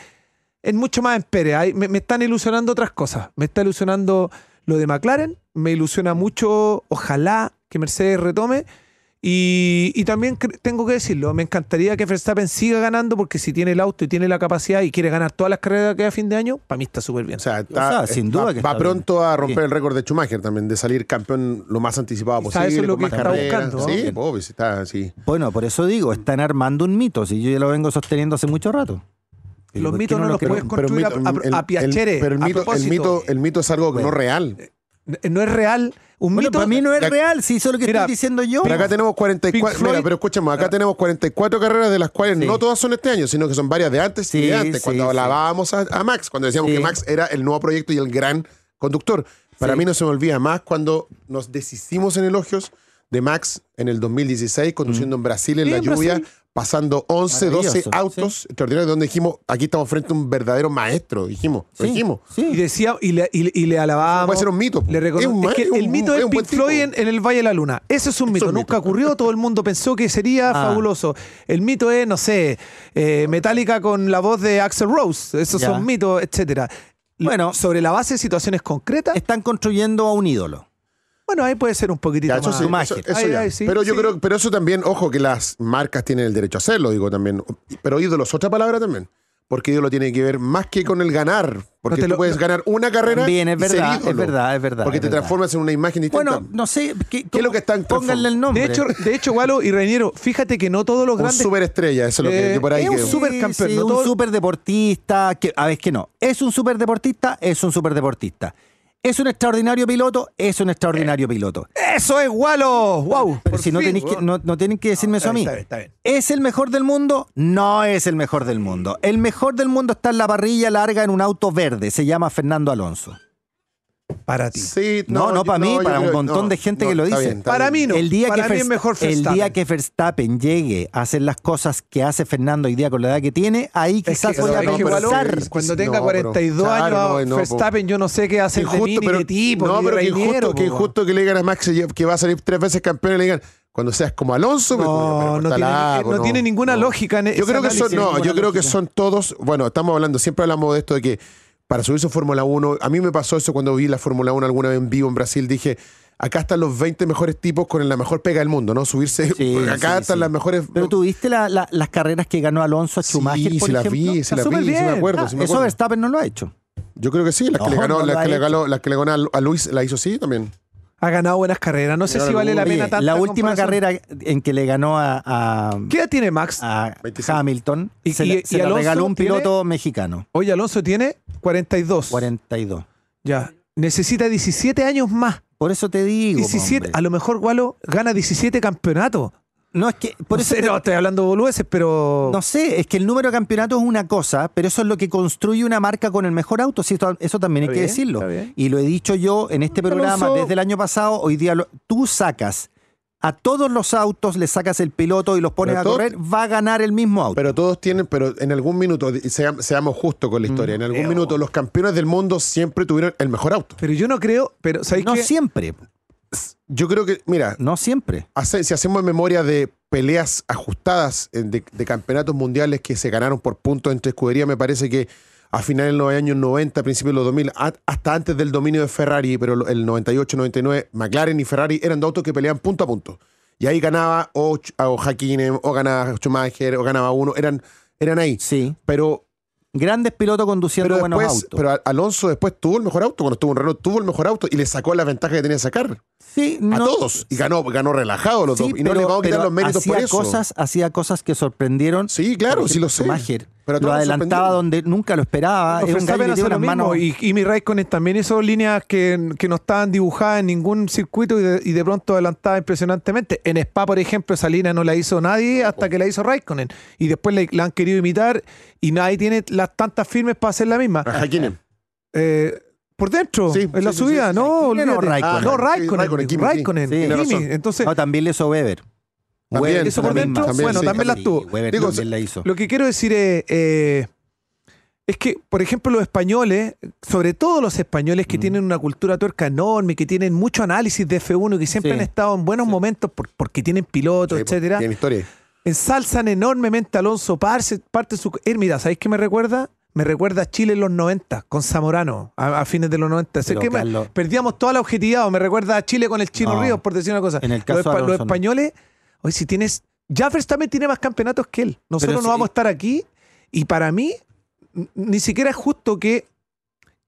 Speaker 4: es mucho más en Pérez. Ahí me, me están ilusionando otras cosas. Me está ilusionando lo de McLaren. Me ilusiona mucho, ojalá, que Mercedes retome. Y, y también cre- tengo que decirlo, me encantaría que Verstappen siga ganando porque si tiene el auto y tiene la capacidad y quiere ganar todas las carreras que hay a fin de año, para mí está súper bien.
Speaker 2: O sea, está-
Speaker 3: sea, sin duda
Speaker 2: va,
Speaker 3: que
Speaker 2: va
Speaker 3: está
Speaker 2: pronto a romper
Speaker 3: Sí.
Speaker 2: el récord de Schumacher también, de salir campeón lo más anticipado
Speaker 4: Quizá
Speaker 2: posible.
Speaker 4: eso es lo
Speaker 2: con
Speaker 4: que
Speaker 2: más
Speaker 4: está
Speaker 2: carreras.
Speaker 4: buscando,
Speaker 2: Sí,
Speaker 4: ¿no?
Speaker 2: obvio, sí, está así.
Speaker 3: Bueno, por eso digo, están armando un mito, si yo ya lo vengo sosteniendo hace mucho rato. Pero
Speaker 4: Los
Speaker 3: ¿por qué
Speaker 4: mitos no
Speaker 3: lo
Speaker 4: los
Speaker 3: creo?
Speaker 4: puedes
Speaker 2: Pero el
Speaker 4: construir
Speaker 2: mito-
Speaker 4: a, a-
Speaker 2: el-
Speaker 4: a
Speaker 2: el-
Speaker 4: Piacere.
Speaker 2: Pero el
Speaker 4: a
Speaker 2: mito, el,
Speaker 4: propósito.
Speaker 2: mito, el mito es algo no real.
Speaker 4: N- no es real. Un
Speaker 3: Bueno,
Speaker 4: mito.
Speaker 3: para mí no es
Speaker 2: Ya-
Speaker 3: real, si eso es lo que
Speaker 4: Mira,
Speaker 3: estoy diciendo yo.
Speaker 2: Pero acá tenemos 44,
Speaker 4: Pink Floyd-
Speaker 2: mira, pero escúchame, acá tenemos 44 carreras de las cuales
Speaker 3: Sí.
Speaker 2: no todas son este año, sino que son varias de antes y
Speaker 3: Sí,
Speaker 2: de antes.
Speaker 3: sí,
Speaker 2: cuando
Speaker 3: sí.
Speaker 2: hablábamos a, a Max, cuando decíamos
Speaker 3: Sí.
Speaker 2: que Max era el nuevo proyecto y el gran conductor. Para
Speaker 3: Sí.
Speaker 2: mí no se me olvida más cuando nos deshicimos en elogios de Max en el 2016
Speaker 3: Mm.
Speaker 2: conduciendo en Brasil en
Speaker 4: Sí,
Speaker 2: la
Speaker 4: en
Speaker 2: lluvia,
Speaker 4: Brasil.
Speaker 2: pasando 11, 12
Speaker 3: Maravilloso,
Speaker 2: autos extraordinarios donde dijimos, aquí estamos frente a un verdadero maestro, dijimos, lo
Speaker 3: Sí,
Speaker 2: dijimos.
Speaker 4: Y
Speaker 3: sí.
Speaker 4: decía, y le, y le- y le alabábamos.
Speaker 2: Puede ser un mito, po.
Speaker 4: Le recono-
Speaker 2: Es un
Speaker 4: es que
Speaker 2: ma- es
Speaker 4: el
Speaker 2: un-
Speaker 4: mito
Speaker 2: es
Speaker 4: es
Speaker 2: un
Speaker 4: Pink
Speaker 2: buen tipo.
Speaker 4: Floyd en, en el Valle de la Luna. Eso es un mito.
Speaker 2: un
Speaker 4: Nunca
Speaker 2: mito.
Speaker 4: ocurrió. Todo el mundo pensó que sería
Speaker 3: Ah.
Speaker 4: fabuloso. El mito es, no sé, eh, Metallica con la voz de Axel Rose. Esos
Speaker 3: Ya.
Speaker 4: son mitos, etcétera. L-
Speaker 3: Bueno.
Speaker 4: sobre la base de situaciones concretas,
Speaker 3: Están construyendo a un ídolo.
Speaker 4: bueno, ahí puede ser un poquitito
Speaker 2: Ya, eso
Speaker 4: más.
Speaker 2: sí,
Speaker 3: magia.
Speaker 2: eso- eso
Speaker 4: Ay,
Speaker 2: ya.
Speaker 4: ay, sí,
Speaker 2: pero yo
Speaker 4: sí.
Speaker 2: creo, pero eso también, ojo, que las marcas tienen el derecho a hacerlo, digo también. Pero ídolos, otra palabra también. Porque ídolo tiene que ver más que con el ganar. Porque
Speaker 4: te
Speaker 2: tú
Speaker 4: lo-
Speaker 2: puedes ganar una carrera.
Speaker 3: Bien, es
Speaker 2: y ser
Speaker 3: verdad, es
Speaker 2: ídolo.
Speaker 3: verdad, es verdad,
Speaker 2: Porque
Speaker 3: es
Speaker 2: te
Speaker 3: verdad.
Speaker 2: transformas en una imagen distinta.
Speaker 3: Bueno, no sé, ¿qué,
Speaker 2: es lo que están
Speaker 3: Pónganle el nombre.
Speaker 4: De hecho, de hecho, Gualo y Reiniero, fíjate que no todos los
Speaker 2: un
Speaker 4: grandes
Speaker 2: superestrella, eso es lo que,
Speaker 4: Eh,
Speaker 2: que por ahí
Speaker 4: es un
Speaker 2: que-
Speaker 4: super- supercampeón,
Speaker 3: Sí,
Speaker 4: no
Speaker 3: un
Speaker 4: todo-
Speaker 3: superdeportista, que a ver que no. Es un superdeportista, es un superdeportista. Es un extraordinario piloto, es un extraordinario piloto.
Speaker 4: ¡Eso es Gualo! ¡Wow!
Speaker 3: Pero
Speaker 4: Por
Speaker 3: si no,
Speaker 4: fin,
Speaker 3: tenéis que,
Speaker 4: weón.
Speaker 3: no, no tienen que decirme eso a
Speaker 4: está
Speaker 3: mí.
Speaker 4: bien, está bien, está
Speaker 3: ¿Es el mejor del mundo? No es el mejor del mundo. El mejor del mundo está en la parrilla larga en un auto verde. Se llama Fernando Alonso.
Speaker 4: Para ti.
Speaker 2: Sí,
Speaker 3: No, no,
Speaker 2: yo-
Speaker 3: para mí,
Speaker 2: yo
Speaker 3: para un
Speaker 2: creo-
Speaker 3: montón de gente que lo
Speaker 2: está
Speaker 3: dice.
Speaker 2: bien, está
Speaker 4: Para
Speaker 2: bien.
Speaker 4: mí no.
Speaker 3: el día
Speaker 4: para
Speaker 3: que
Speaker 4: mí es
Speaker 3: Verst-
Speaker 4: mejor
Speaker 3: el
Speaker 4: Verstappen.
Speaker 3: día que Verstappen llegue a hacer las cosas que hace Fernando hoy día con la edad que tiene, ahí
Speaker 4: Es
Speaker 3: quizás
Speaker 4: que-
Speaker 3: voy
Speaker 4: es
Speaker 3: a
Speaker 4: que
Speaker 2: no, pero
Speaker 3: conversar.
Speaker 4: igual,
Speaker 2: sí,
Speaker 4: cuando
Speaker 2: sí,
Speaker 4: tenga
Speaker 2: no,
Speaker 4: 42
Speaker 2: pero-
Speaker 4: años,
Speaker 2: claro, no, no, po.
Speaker 4: Verstappen, yo no sé qué hace de mí,
Speaker 2: Injusto,
Speaker 4: ni de ti, po,
Speaker 2: no,
Speaker 4: ni de
Speaker 2: pero que
Speaker 4: Reiniero,
Speaker 2: injusto, que
Speaker 4: po.
Speaker 2: injusto que le digan a Max que va a salir tres veces campeón y le digan cuando seas como Alonso pero-
Speaker 4: No,
Speaker 2: pero
Speaker 4: no tiene,
Speaker 2: cortala,
Speaker 4: eh,
Speaker 2: po,
Speaker 4: no tiene ninguna
Speaker 2: no.
Speaker 4: lógica en
Speaker 2: Yo creo que son, no, yo creo que
Speaker 4: son
Speaker 2: son todos, bueno, estamos hablando, siempre hablamos de esto de que para subirse a Fórmula 1, a mí me pasó eso cuando vi la Fórmula 1 alguna vez en vivo en Brasil, dije, acá están los 20 mejores tipos con la mejor pega del mundo, ¿no? Subirse,
Speaker 3: Sí,
Speaker 2: acá
Speaker 3: sí,
Speaker 2: están
Speaker 3: sí.
Speaker 2: las mejores...
Speaker 3: Pero tú viste la- la- las carreras que ganó Alonso a
Speaker 2: Sí,
Speaker 3: Schumacher, por
Speaker 2: se las
Speaker 3: ejemplo?
Speaker 2: vi, se
Speaker 4: Está
Speaker 2: las vi,
Speaker 4: súper
Speaker 2: sí me
Speaker 4: bien.
Speaker 2: acuerdo,
Speaker 3: Ah,
Speaker 2: sí me
Speaker 3: eso
Speaker 2: acuerdo.
Speaker 3: Verstappen no lo ha hecho.
Speaker 2: Yo creo que sí, las que le
Speaker 3: No,
Speaker 2: ganó,
Speaker 3: no
Speaker 2: las
Speaker 3: lo
Speaker 2: que
Speaker 3: ha
Speaker 2: le
Speaker 3: hecho.
Speaker 2: ganó, las que le ganó a Luis, la hizo sí también.
Speaker 4: Ha ganado buenas carreras, no sé
Speaker 2: Pero
Speaker 4: si vale la
Speaker 2: alguna-
Speaker 4: pena
Speaker 3: Oye,
Speaker 4: tanto.
Speaker 3: la última carrera en que le ganó a, a-
Speaker 4: ¿Qué edad tiene Max?
Speaker 2: Ah.
Speaker 3: a
Speaker 2: 25.
Speaker 3: Hamilton
Speaker 4: Y-
Speaker 3: se,
Speaker 4: y-
Speaker 3: la-
Speaker 4: y
Speaker 3: se la
Speaker 4: Alonso
Speaker 3: regaló un
Speaker 4: tiene-
Speaker 3: piloto mexicano,
Speaker 4: Hoy Alonso tiene 42.
Speaker 3: 42.
Speaker 4: Ya. Necesita 17 años más.
Speaker 3: Por eso te digo,
Speaker 4: 17.
Speaker 3: hombre.
Speaker 4: A lo mejor Gualo gana 17 campeonatos.
Speaker 3: no es que por
Speaker 4: no,
Speaker 3: eso
Speaker 4: sé,
Speaker 3: te-
Speaker 4: no, estoy hablando boludeces, pero.
Speaker 3: No sé, es que el número de campeonatos es una cosa, pero eso es lo que construye una marca con el mejor auto. Sí, esto- eso también
Speaker 4: Está
Speaker 3: hay que
Speaker 4: bien,
Speaker 3: decirlo.
Speaker 4: está bien.
Speaker 3: Y lo he dicho yo en este programa
Speaker 2: Alonso-
Speaker 3: desde el año pasado. Hoy día lo- tú sacas a todos los autos, le sacas el piloto y los pones
Speaker 2: Pero
Speaker 3: a
Speaker 2: todo-
Speaker 3: correr, va a ganar el mismo auto.
Speaker 2: Pero todos tienen, pero en algún minuto, y sea- seamos justos con la historia, en algún minuto los campeones del mundo siempre tuvieron el mejor auto.
Speaker 4: Pero yo no creo. Pero, ¿sabéis
Speaker 3: no
Speaker 4: qué?
Speaker 3: siempre,
Speaker 2: Yo creo que, mira,
Speaker 3: no siempre.
Speaker 2: hace- si hacemos memoria de peleas ajustadas eh, de, de campeonatos mundiales que se ganaron por puntos entre escuderías, me parece que a finales de los años 90, principios de los 2000, a- hasta antes del dominio de Ferrari, pero lo- el 98, 99, McLaren y Ferrari eran dos autos que peleaban punto a punto. Y ahí ganaba o, Ch- o Hakkinen, o ganaba Schumacher, o ganaba uno, eran, eran ahí.
Speaker 3: Sí.
Speaker 2: Pero
Speaker 3: Grandes pilotos conduciendo
Speaker 2: pero
Speaker 3: buenos
Speaker 2: después,
Speaker 3: autos.
Speaker 2: pero Al- Alonso después tuvo el mejor auto, cuando estuvo en Renault tuvo el mejor auto y le sacó la ventaja que tenía que sacar
Speaker 3: sí,
Speaker 2: a
Speaker 3: no-
Speaker 2: todos y ganó ganó relajado los
Speaker 3: sí,
Speaker 2: dos y no le vamos a quitar
Speaker 3: pero
Speaker 2: los méritos
Speaker 3: hacía
Speaker 2: por eso.
Speaker 3: Cosas, hacía cosas que sorprendieron.
Speaker 2: sí, claro,
Speaker 3: Por
Speaker 2: sí lo sé.
Speaker 3: ejemplo, Schumacher.
Speaker 2: Pero a todos
Speaker 3: lo
Speaker 2: nos
Speaker 3: adelantaba
Speaker 2: sorprendió.
Speaker 3: donde nunca lo esperaba.
Speaker 4: No,
Speaker 3: Ah, es un gallo
Speaker 4: Verstappen
Speaker 3: que
Speaker 4: hace
Speaker 3: tiene
Speaker 4: lo
Speaker 3: unas
Speaker 4: mismo,
Speaker 3: manos
Speaker 4: Y, y mi Raikkonen también hizo líneas que, que no estaban dibujadas en ningún circuito y de, y de pronto adelantadas impresionantemente. En Spa, por ejemplo, esa línea no la hizo nadie hasta que la hizo Raikkonen. Y después le- la han querido imitar y nadie tiene las tantas firmes para hacer la misma.
Speaker 2: A Hakkinen.
Speaker 4: Eh, por dentro,
Speaker 2: Sí,
Speaker 4: en la
Speaker 2: sí, sí, sí,
Speaker 4: subida,
Speaker 2: sí.
Speaker 4: no,
Speaker 3: Raikkonen o
Speaker 4: olvídate.
Speaker 3: Raikkonen.
Speaker 4: No,
Speaker 2: Sí,
Speaker 4: Raikkonen,
Speaker 2: Raikkonen, Kimi, sí.
Speaker 4: Raikkonen,
Speaker 3: Sí,
Speaker 2: tiene
Speaker 4: Kimi.
Speaker 2: razón.
Speaker 4: Entonces,
Speaker 3: No, también le hizo Weber.
Speaker 2: También,
Speaker 3: Weber
Speaker 4: eso por
Speaker 3: también
Speaker 4: dentro,
Speaker 3: más.
Speaker 4: bueno, también las tuvo.
Speaker 3: Weber
Speaker 2: Digo,
Speaker 3: también la hizo.
Speaker 4: Lo que quiero decir es, eh, es que, por ejemplo, los españoles, sobre todo los españoles que tienen una cultura tuerca enorme, que tienen mucho análisis de F1, que siempre
Speaker 3: Sí.
Speaker 4: han estado en buenos momentos por- porque tienen pilotos,
Speaker 2: Sí, pues,
Speaker 4: etcétera,
Speaker 2: tiene historia.
Speaker 4: ensalzan enormemente a Alonso Parse, parte de su... eh, mira, ¿sabéis qué me recuerda? Me recuerda a Chile en los 90, con Zamorano, a, a fines de los 90. Sé
Speaker 3: Pero,
Speaker 4: que me-
Speaker 3: Carlos-
Speaker 4: perdíamos toda la objetividad, o me recuerda a Chile con el Chino
Speaker 3: No.
Speaker 4: Ríos, por decir una cosa.
Speaker 3: En el
Speaker 4: los,
Speaker 3: caso de
Speaker 4: espa- los
Speaker 3: Alonso, no.
Speaker 4: españoles, Oye, si tienes. Ya Verstappen tiene más campeonatos que él. Nosotros no
Speaker 3: Pero sí.
Speaker 4: vamos a estar aquí. Y para mí, n- ni siquiera es justo que,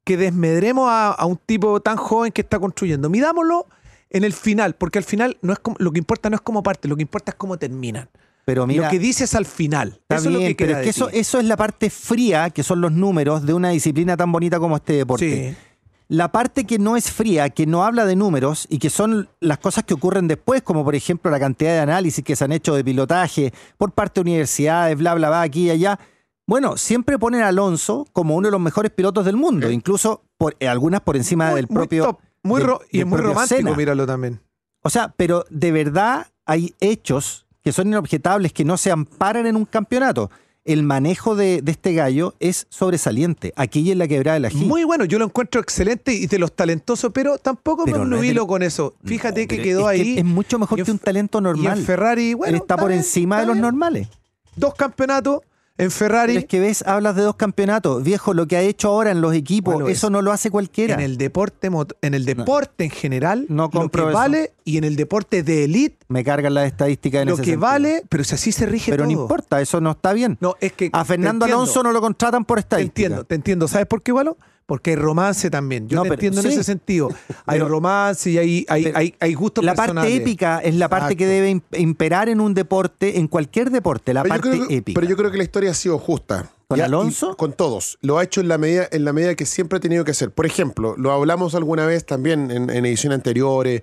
Speaker 4: que desmedremos a, a un tipo tan joven que está construyendo. Midámoslo en el final, porque al final no es como- lo que importa no es cómo parte, lo que importa es cómo terminan.
Speaker 3: Pero mira,
Speaker 4: lo que dices al final.
Speaker 3: está
Speaker 4: eso
Speaker 3: bien,
Speaker 4: es lo que
Speaker 3: pero
Speaker 4: queda
Speaker 3: es
Speaker 4: de
Speaker 3: que eso,
Speaker 4: ti.
Speaker 3: eso es la parte fría, que son los números, de una disciplina tan bonita como este deporte.
Speaker 4: Sí.
Speaker 3: La parte que no es fría, que no habla de números y que son las cosas que ocurren después, como por ejemplo la cantidad de análisis que se han hecho de pilotaje por parte de universidades, bla, bla, bla, aquí y allá. Bueno, siempre ponen a Alonso como uno de los mejores pilotos del mundo, incluso por, eh, algunas por encima
Speaker 4: Muy-
Speaker 3: del propio.
Speaker 4: Muy top, muy
Speaker 3: del-
Speaker 4: ro- y
Speaker 3: del
Speaker 4: es muy
Speaker 3: propio
Speaker 4: romántico
Speaker 3: Senna.
Speaker 4: míralo también.
Speaker 3: O sea, pero de verdad hay hechos que son inobjetables, que no se amparan en un campeonato. El manejo de, de este gallo es sobresaliente. Aquí y en la quebrada de la G.
Speaker 4: Muy bueno, yo lo encuentro excelente y de los talentosos, pero tampoco
Speaker 3: Pero
Speaker 4: me
Speaker 3: no es
Speaker 4: obnubilo
Speaker 3: del-
Speaker 4: con eso. Fíjate que
Speaker 3: Pero
Speaker 4: quedó
Speaker 3: es
Speaker 4: ahí.
Speaker 3: es mucho mejor
Speaker 4: y en
Speaker 3: que un
Speaker 4: Fe-
Speaker 3: talento
Speaker 4: y
Speaker 3: normal.
Speaker 4: en Ferrari, bueno.
Speaker 3: Él está por
Speaker 4: bien,
Speaker 3: encima
Speaker 4: está
Speaker 3: de los
Speaker 4: bien.
Speaker 3: normales.
Speaker 4: Dos campeonatos en Ferrari.
Speaker 3: Pero es que ves, hablas de dos campeonatos. Viejo, lo que ha hecho ahora en los equipos,
Speaker 4: Bueno,
Speaker 3: eso
Speaker 4: es-
Speaker 3: no lo hace cualquiera.
Speaker 4: en el deporte mot- en el deporte en general
Speaker 3: No
Speaker 4: lo que
Speaker 3: compro eso.
Speaker 4: vale y en el deporte de élite
Speaker 3: Me cargan las estadísticas en
Speaker 4: lo
Speaker 3: ese
Speaker 4: que
Speaker 3: sentido.
Speaker 4: vale pero si así se rige
Speaker 3: Pero no
Speaker 4: todo.
Speaker 3: importa, eso no está bien.
Speaker 4: no es que
Speaker 3: a
Speaker 4: te
Speaker 3: Fernando
Speaker 4: entiendo,
Speaker 3: Alonso no lo contratan por
Speaker 4: te
Speaker 3: estadística.
Speaker 4: entiendo te entiendo sabes por qué Gualo? porque hay romance también yo
Speaker 3: No,
Speaker 4: te
Speaker 3: pero-
Speaker 4: entiendo
Speaker 3: sí.
Speaker 4: en ese sentido hay
Speaker 3: Pero-
Speaker 4: romance y hay hay
Speaker 3: pero-
Speaker 4: hay, hay gustos
Speaker 3: La
Speaker 4: personales.
Speaker 3: parte épica es la parte que
Speaker 4: Exacto.
Speaker 3: debe im- imperar en un deporte, en cualquier deporte, la
Speaker 2: Pero yo,
Speaker 3: parte
Speaker 2: creo que,
Speaker 3: épica.
Speaker 2: pero yo creo que la historia ha sido justa.
Speaker 3: ¿Con
Speaker 2: Ya,
Speaker 3: Alonso?
Speaker 2: y Con todos. Lo ha hecho en la medida, en la medida que siempre ha tenido que hacer. Por ejemplo, lo hablamos alguna vez también en, en ediciones anteriores.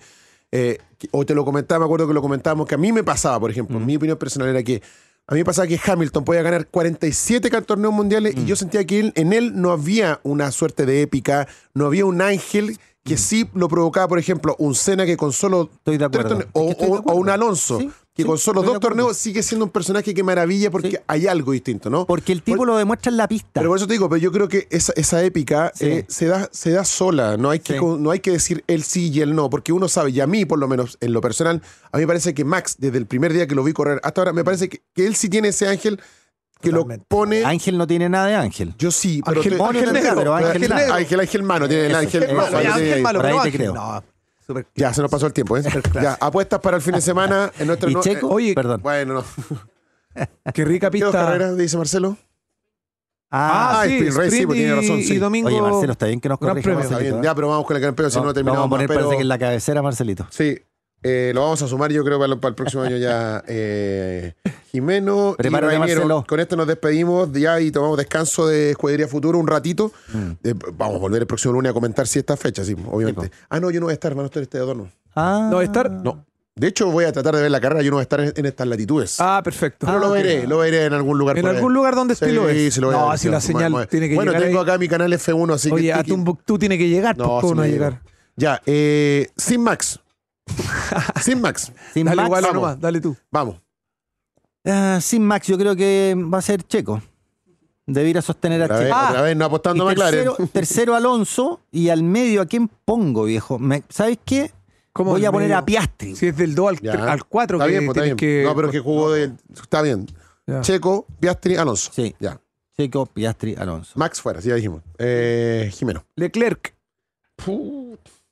Speaker 2: eh, que- o te lo comentaba, me acuerdo que lo comentábamos, que a mí me pasaba, por ejemplo, mi opinión personal era que a mí me pasaba que Hamilton podía ganar 47 ca- torneos mundiales
Speaker 3: Mm.
Speaker 2: y yo sentía que él- en él no había una suerte de épica, no había un ángel que sí lo provocaba, por ejemplo, un Senna que con solo
Speaker 3: Mm. Estoy de
Speaker 2: tres
Speaker 3: acuerdo.
Speaker 2: torneos- o,
Speaker 3: Es que estoy de
Speaker 2: o- o un
Speaker 3: acuerdo.
Speaker 2: Alonso,
Speaker 3: Sí,
Speaker 2: que
Speaker 3: sí,
Speaker 2: con solo
Speaker 3: estoy de
Speaker 2: dos
Speaker 3: acuerdo.
Speaker 2: torneos sigue siendo un personaje que maravilla porque
Speaker 3: Sí.
Speaker 2: hay algo distinto, ¿no?
Speaker 3: Porque el tipo
Speaker 2: Por-
Speaker 3: lo demuestra en la pista.
Speaker 2: Pero por eso te digo, pero yo creo que esa, esa épica
Speaker 3: Sí.
Speaker 2: eh, se, da, se da sola, no hay, que,
Speaker 3: Sí.
Speaker 2: con- no hay que decir el sí y el no, porque uno sabe, y a mí por lo menos en lo personal, a mí me parece que Max, desde el primer día que lo vi correr hasta ahora, me parece que, que él sí tiene ese ángel que
Speaker 4: Totalmente.
Speaker 2: lo pone...
Speaker 3: Ángel no tiene nada de ángel.
Speaker 2: Yo sí, pero
Speaker 4: Ángel
Speaker 2: te-
Speaker 4: Mono también,
Speaker 2: ángel,
Speaker 4: pero ángel
Speaker 2: ángel,
Speaker 4: negro.
Speaker 2: ángel mano, tiene el
Speaker 3: Eso,
Speaker 2: ángel
Speaker 3: eso,
Speaker 2: rojo,
Speaker 4: Malo,
Speaker 3: ahí
Speaker 4: ya,
Speaker 2: tiene-
Speaker 3: te-
Speaker 4: ángel malo,
Speaker 3: por ahí
Speaker 4: pero
Speaker 3: te
Speaker 4: ángel-
Speaker 3: creo.
Speaker 4: no, super-
Speaker 2: Ya, se nos pasó el tiempo, ¿eh?
Speaker 4: Superclass.
Speaker 2: Ya, apuestas para el fin de semana en nuestro...
Speaker 3: Ah, ¿Y
Speaker 2: no-
Speaker 3: Checo?
Speaker 2: eh,
Speaker 4: oye,
Speaker 3: Perdón.
Speaker 2: bueno, no.
Speaker 4: qué rica
Speaker 2: ¿Qué dos
Speaker 4: pista
Speaker 2: carreras, dice Marcelo?
Speaker 3: Ah,
Speaker 2: Ah, sprint race, sí,
Speaker 4: sprint
Speaker 2: pues tiene razón,
Speaker 4: y-
Speaker 2: sí.
Speaker 4: y domingo
Speaker 3: oye, Marcelo, está bien que nos
Speaker 4: Gran
Speaker 3: corrijamos.
Speaker 4: premio.
Speaker 2: Está
Speaker 3: Marcelito,
Speaker 2: bien,
Speaker 3: ¿eh?
Speaker 2: ya, pero vamos con el campeón, si
Speaker 3: No,
Speaker 2: no
Speaker 3: vamos
Speaker 2: terminamos
Speaker 3: a poner,
Speaker 2: más, pero-
Speaker 3: parece que en la cabecera, Marcelito.
Speaker 2: Sí, eh, lo vamos a sumar yo creo para, para el próximo año ya. eh, Jimeno y
Speaker 3: Prepárate,
Speaker 2: Raimundo.
Speaker 3: Marcelo.
Speaker 2: Con esto nos despedimos ya y tomamos descanso de Escudería Futuro un ratito.
Speaker 3: Mm.
Speaker 2: Eh, vamos a volver el próximo lunes a comentar si esta fecha, sí, obviamente.
Speaker 3: Sí,
Speaker 2: ah, no, yo no voy a estar, hermano, estoy este adorno.
Speaker 3: Ah,
Speaker 4: no estar
Speaker 2: No. De hecho, voy a tratar de ver la carrera, yo no voy a estar en, en estas latitudes.
Speaker 4: ah perfecto
Speaker 2: Pero lo veré, lo veré en algún lugar.
Speaker 4: en
Speaker 2: por ahí.
Speaker 4: algún lugar donde esté
Speaker 2: Sí,
Speaker 4: lo es.
Speaker 2: sí, lo voy a
Speaker 4: no,
Speaker 2: ver,
Speaker 4: si
Speaker 2: sí,
Speaker 4: la
Speaker 2: sí,
Speaker 4: señal
Speaker 2: bueno,
Speaker 4: tiene que
Speaker 2: bueno,
Speaker 4: llegar.
Speaker 2: tengo
Speaker 4: ahí.
Speaker 2: acá mi canal F1, así
Speaker 4: Oye,
Speaker 2: que...
Speaker 4: a
Speaker 2: tiki-
Speaker 4: Tumbuktu tiene que llegar. pues,
Speaker 2: No,
Speaker 4: No,
Speaker 2: sí
Speaker 4: ¿Cómo no va a
Speaker 2: me
Speaker 4: llegar?
Speaker 2: llegó. Ya, eh, sin Max. sin Max.
Speaker 3: sin,
Speaker 4: Dale
Speaker 3: Max,
Speaker 4: igual
Speaker 2: vamos.
Speaker 4: nomás, dale tú.
Speaker 2: Vamos.
Speaker 3: ah, sin Max, yo creo que va a ser Checo. Debiera sostener a
Speaker 2: Otra vez,
Speaker 4: Ah,
Speaker 3: Checo. Ah,
Speaker 2: otra vez no apostando a
Speaker 3: Y
Speaker 2: McLaren.
Speaker 3: tercero, tercero Alonso y al medio, ¿a quién pongo, viejo? Me- ¿Sabes qué?
Speaker 4: ¿Cómo
Speaker 3: Voy
Speaker 4: el
Speaker 3: a poner
Speaker 4: medio?
Speaker 3: a Piastri.
Speaker 4: Si es del 2 al,
Speaker 2: Ya.
Speaker 4: 4
Speaker 2: Está
Speaker 4: que
Speaker 2: bien, pues, está bien.
Speaker 4: tienes que
Speaker 2: No, pero que jugó de. Está bien.
Speaker 4: Ya.
Speaker 2: Checo, Piastri, Alonso.
Speaker 3: Sí.
Speaker 2: Ya.
Speaker 3: Checo, Piastri, Alonso.
Speaker 2: Max fuera, sí, ya dijimos. Eh, Jimeno.
Speaker 4: Leclerc.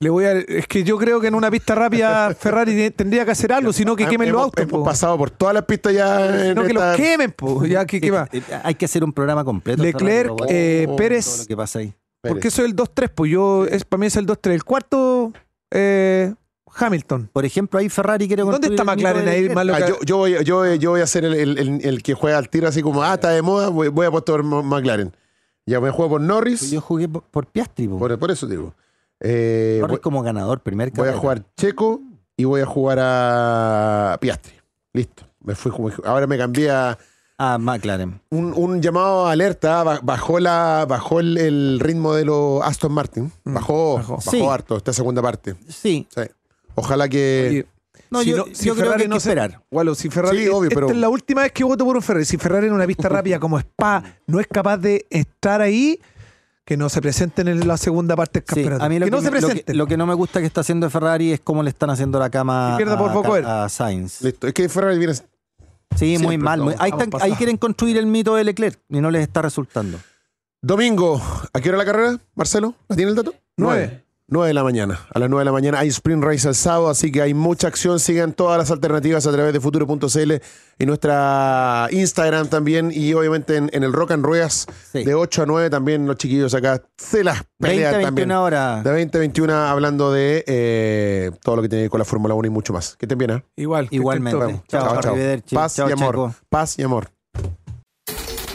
Speaker 4: Le voy a es que yo creo que en una pista rápida Ferrari te- tendría que hacer algo, sino que quemen los
Speaker 2: hemos,
Speaker 4: autos,
Speaker 2: hemos
Speaker 4: po.
Speaker 2: pasado por todas las pistas ya. en
Speaker 4: no que
Speaker 2: esta-
Speaker 4: los quemen, po. ya que qué va.
Speaker 3: Eh, eh, Hay que hacer un programa completo.
Speaker 4: Leclerc,
Speaker 3: Ferrari,
Speaker 4: eh,
Speaker 2: Oh,
Speaker 3: todo lo
Speaker 4: Pérez,
Speaker 3: que pasa ahí.
Speaker 2: Pérez.
Speaker 4: porque eso es el 2-3, pues yo es para mí es el 2-3, el cuarto eh, Hamilton.
Speaker 3: Por ejemplo, ahí Ferrari quiere
Speaker 4: ¿Dónde
Speaker 3: construir
Speaker 4: está
Speaker 3: el mito
Speaker 4: McLaren
Speaker 3: de
Speaker 4: ahí,
Speaker 3: Leclerc.
Speaker 4: más lo
Speaker 2: Ah,
Speaker 4: que-
Speaker 2: yo, yo voy, yo, voy- yo voy a ser el, el- el- el que juega al tiro así como, ah, está de moda, voy, voy a apostar por Ma- McLaren. Ya me juego por Norris.
Speaker 3: Yo jugué por, por Piastri. po.
Speaker 2: Por, por eso digo. Eh,
Speaker 3: Norris
Speaker 2: voy,
Speaker 3: como ganador, primer
Speaker 2: voy a
Speaker 3: carrera.
Speaker 2: jugar Checo y voy a jugar a Piastri. Listo. Me fui, como- ahora me cambié a.
Speaker 3: Ah, McLaren.
Speaker 2: un, un llamado a alerta, ba- bajó la bajó el, el ritmo de los Aston Martin, bajó,
Speaker 4: bajó.
Speaker 2: bajó,
Speaker 3: Sí.
Speaker 2: harto esta segunda parte.
Speaker 3: Sí.
Speaker 2: Sí. Ojalá que
Speaker 4: Oye,
Speaker 3: No,
Speaker 4: Si
Speaker 3: yo,
Speaker 4: no-
Speaker 3: yo
Speaker 4: si
Speaker 3: creo
Speaker 4: Ferrari
Speaker 3: que hay
Speaker 4: no
Speaker 3: que
Speaker 4: se-
Speaker 3: esperar.
Speaker 4: Gualo, si Ferrari.
Speaker 2: Sí, obvio,
Speaker 4: esta
Speaker 2: pero-
Speaker 4: es la última vez que voto por un Ferrari. Si Ferrari en una pista rápida como Spa no es capaz de estar ahí, que no se presenten en la segunda parte del
Speaker 3: Sí,
Speaker 4: campeonato.
Speaker 3: a mí lo que,
Speaker 4: no se
Speaker 3: me- lo, que,
Speaker 4: presenten.
Speaker 3: lo que no me gusta que está haciendo Ferrari es cómo le están haciendo la cama
Speaker 4: Que pierda
Speaker 3: a,
Speaker 4: por poco él.
Speaker 3: a Sainz.
Speaker 2: listo. Es que Ferrari viene
Speaker 3: Sí,
Speaker 2: Siempre
Speaker 3: muy mal. muy-
Speaker 2: estamos-
Speaker 3: ahí, están-
Speaker 4: estamos
Speaker 3: ahí
Speaker 4: pasados.
Speaker 3: quieren construir el mito de Leclerc y no les está resultando.
Speaker 2: domingo. ¿A qué hora la carrera, Marcelo? ¿La tiene el dato?
Speaker 4: Nueve.
Speaker 2: 9 de la mañana. A las 9 de la mañana hay Sprint Race el sábado, así que hay mucha acción. Sigan todas las alternativas a través de futuro.cl y nuestra Instagram también. Y obviamente en, en el Rock and Ruedas
Speaker 3: Sí.
Speaker 2: de 8 a 9 también los chiquillos acá se las
Speaker 3: 20,
Speaker 2: pelean
Speaker 3: 21
Speaker 2: también.
Speaker 3: horas.
Speaker 2: De 20 a 21 hablando de eh, todo lo que tiene que ver con la Fórmula 1 y mucho más. Que estén bien, ¿eh?
Speaker 4: Igual. que estén
Speaker 3: Igualmente.
Speaker 4: todos.
Speaker 2: Nos vemos.
Speaker 3: Chao, arrivederci.
Speaker 2: Paz
Speaker 3: Chao,
Speaker 2: y amor.
Speaker 3: Checo.
Speaker 2: Paz y amor.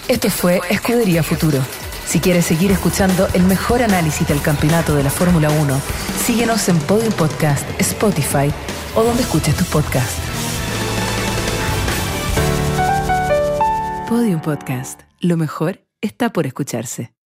Speaker 1: Esto fue Escudería Futuro. Si quieres seguir escuchando el mejor análisis del campeonato de la Fórmula 1, síguenos en Podium Podcast, Spotify o donde escuches tus podcasts. Podium Podcast. Lo mejor está por escucharse.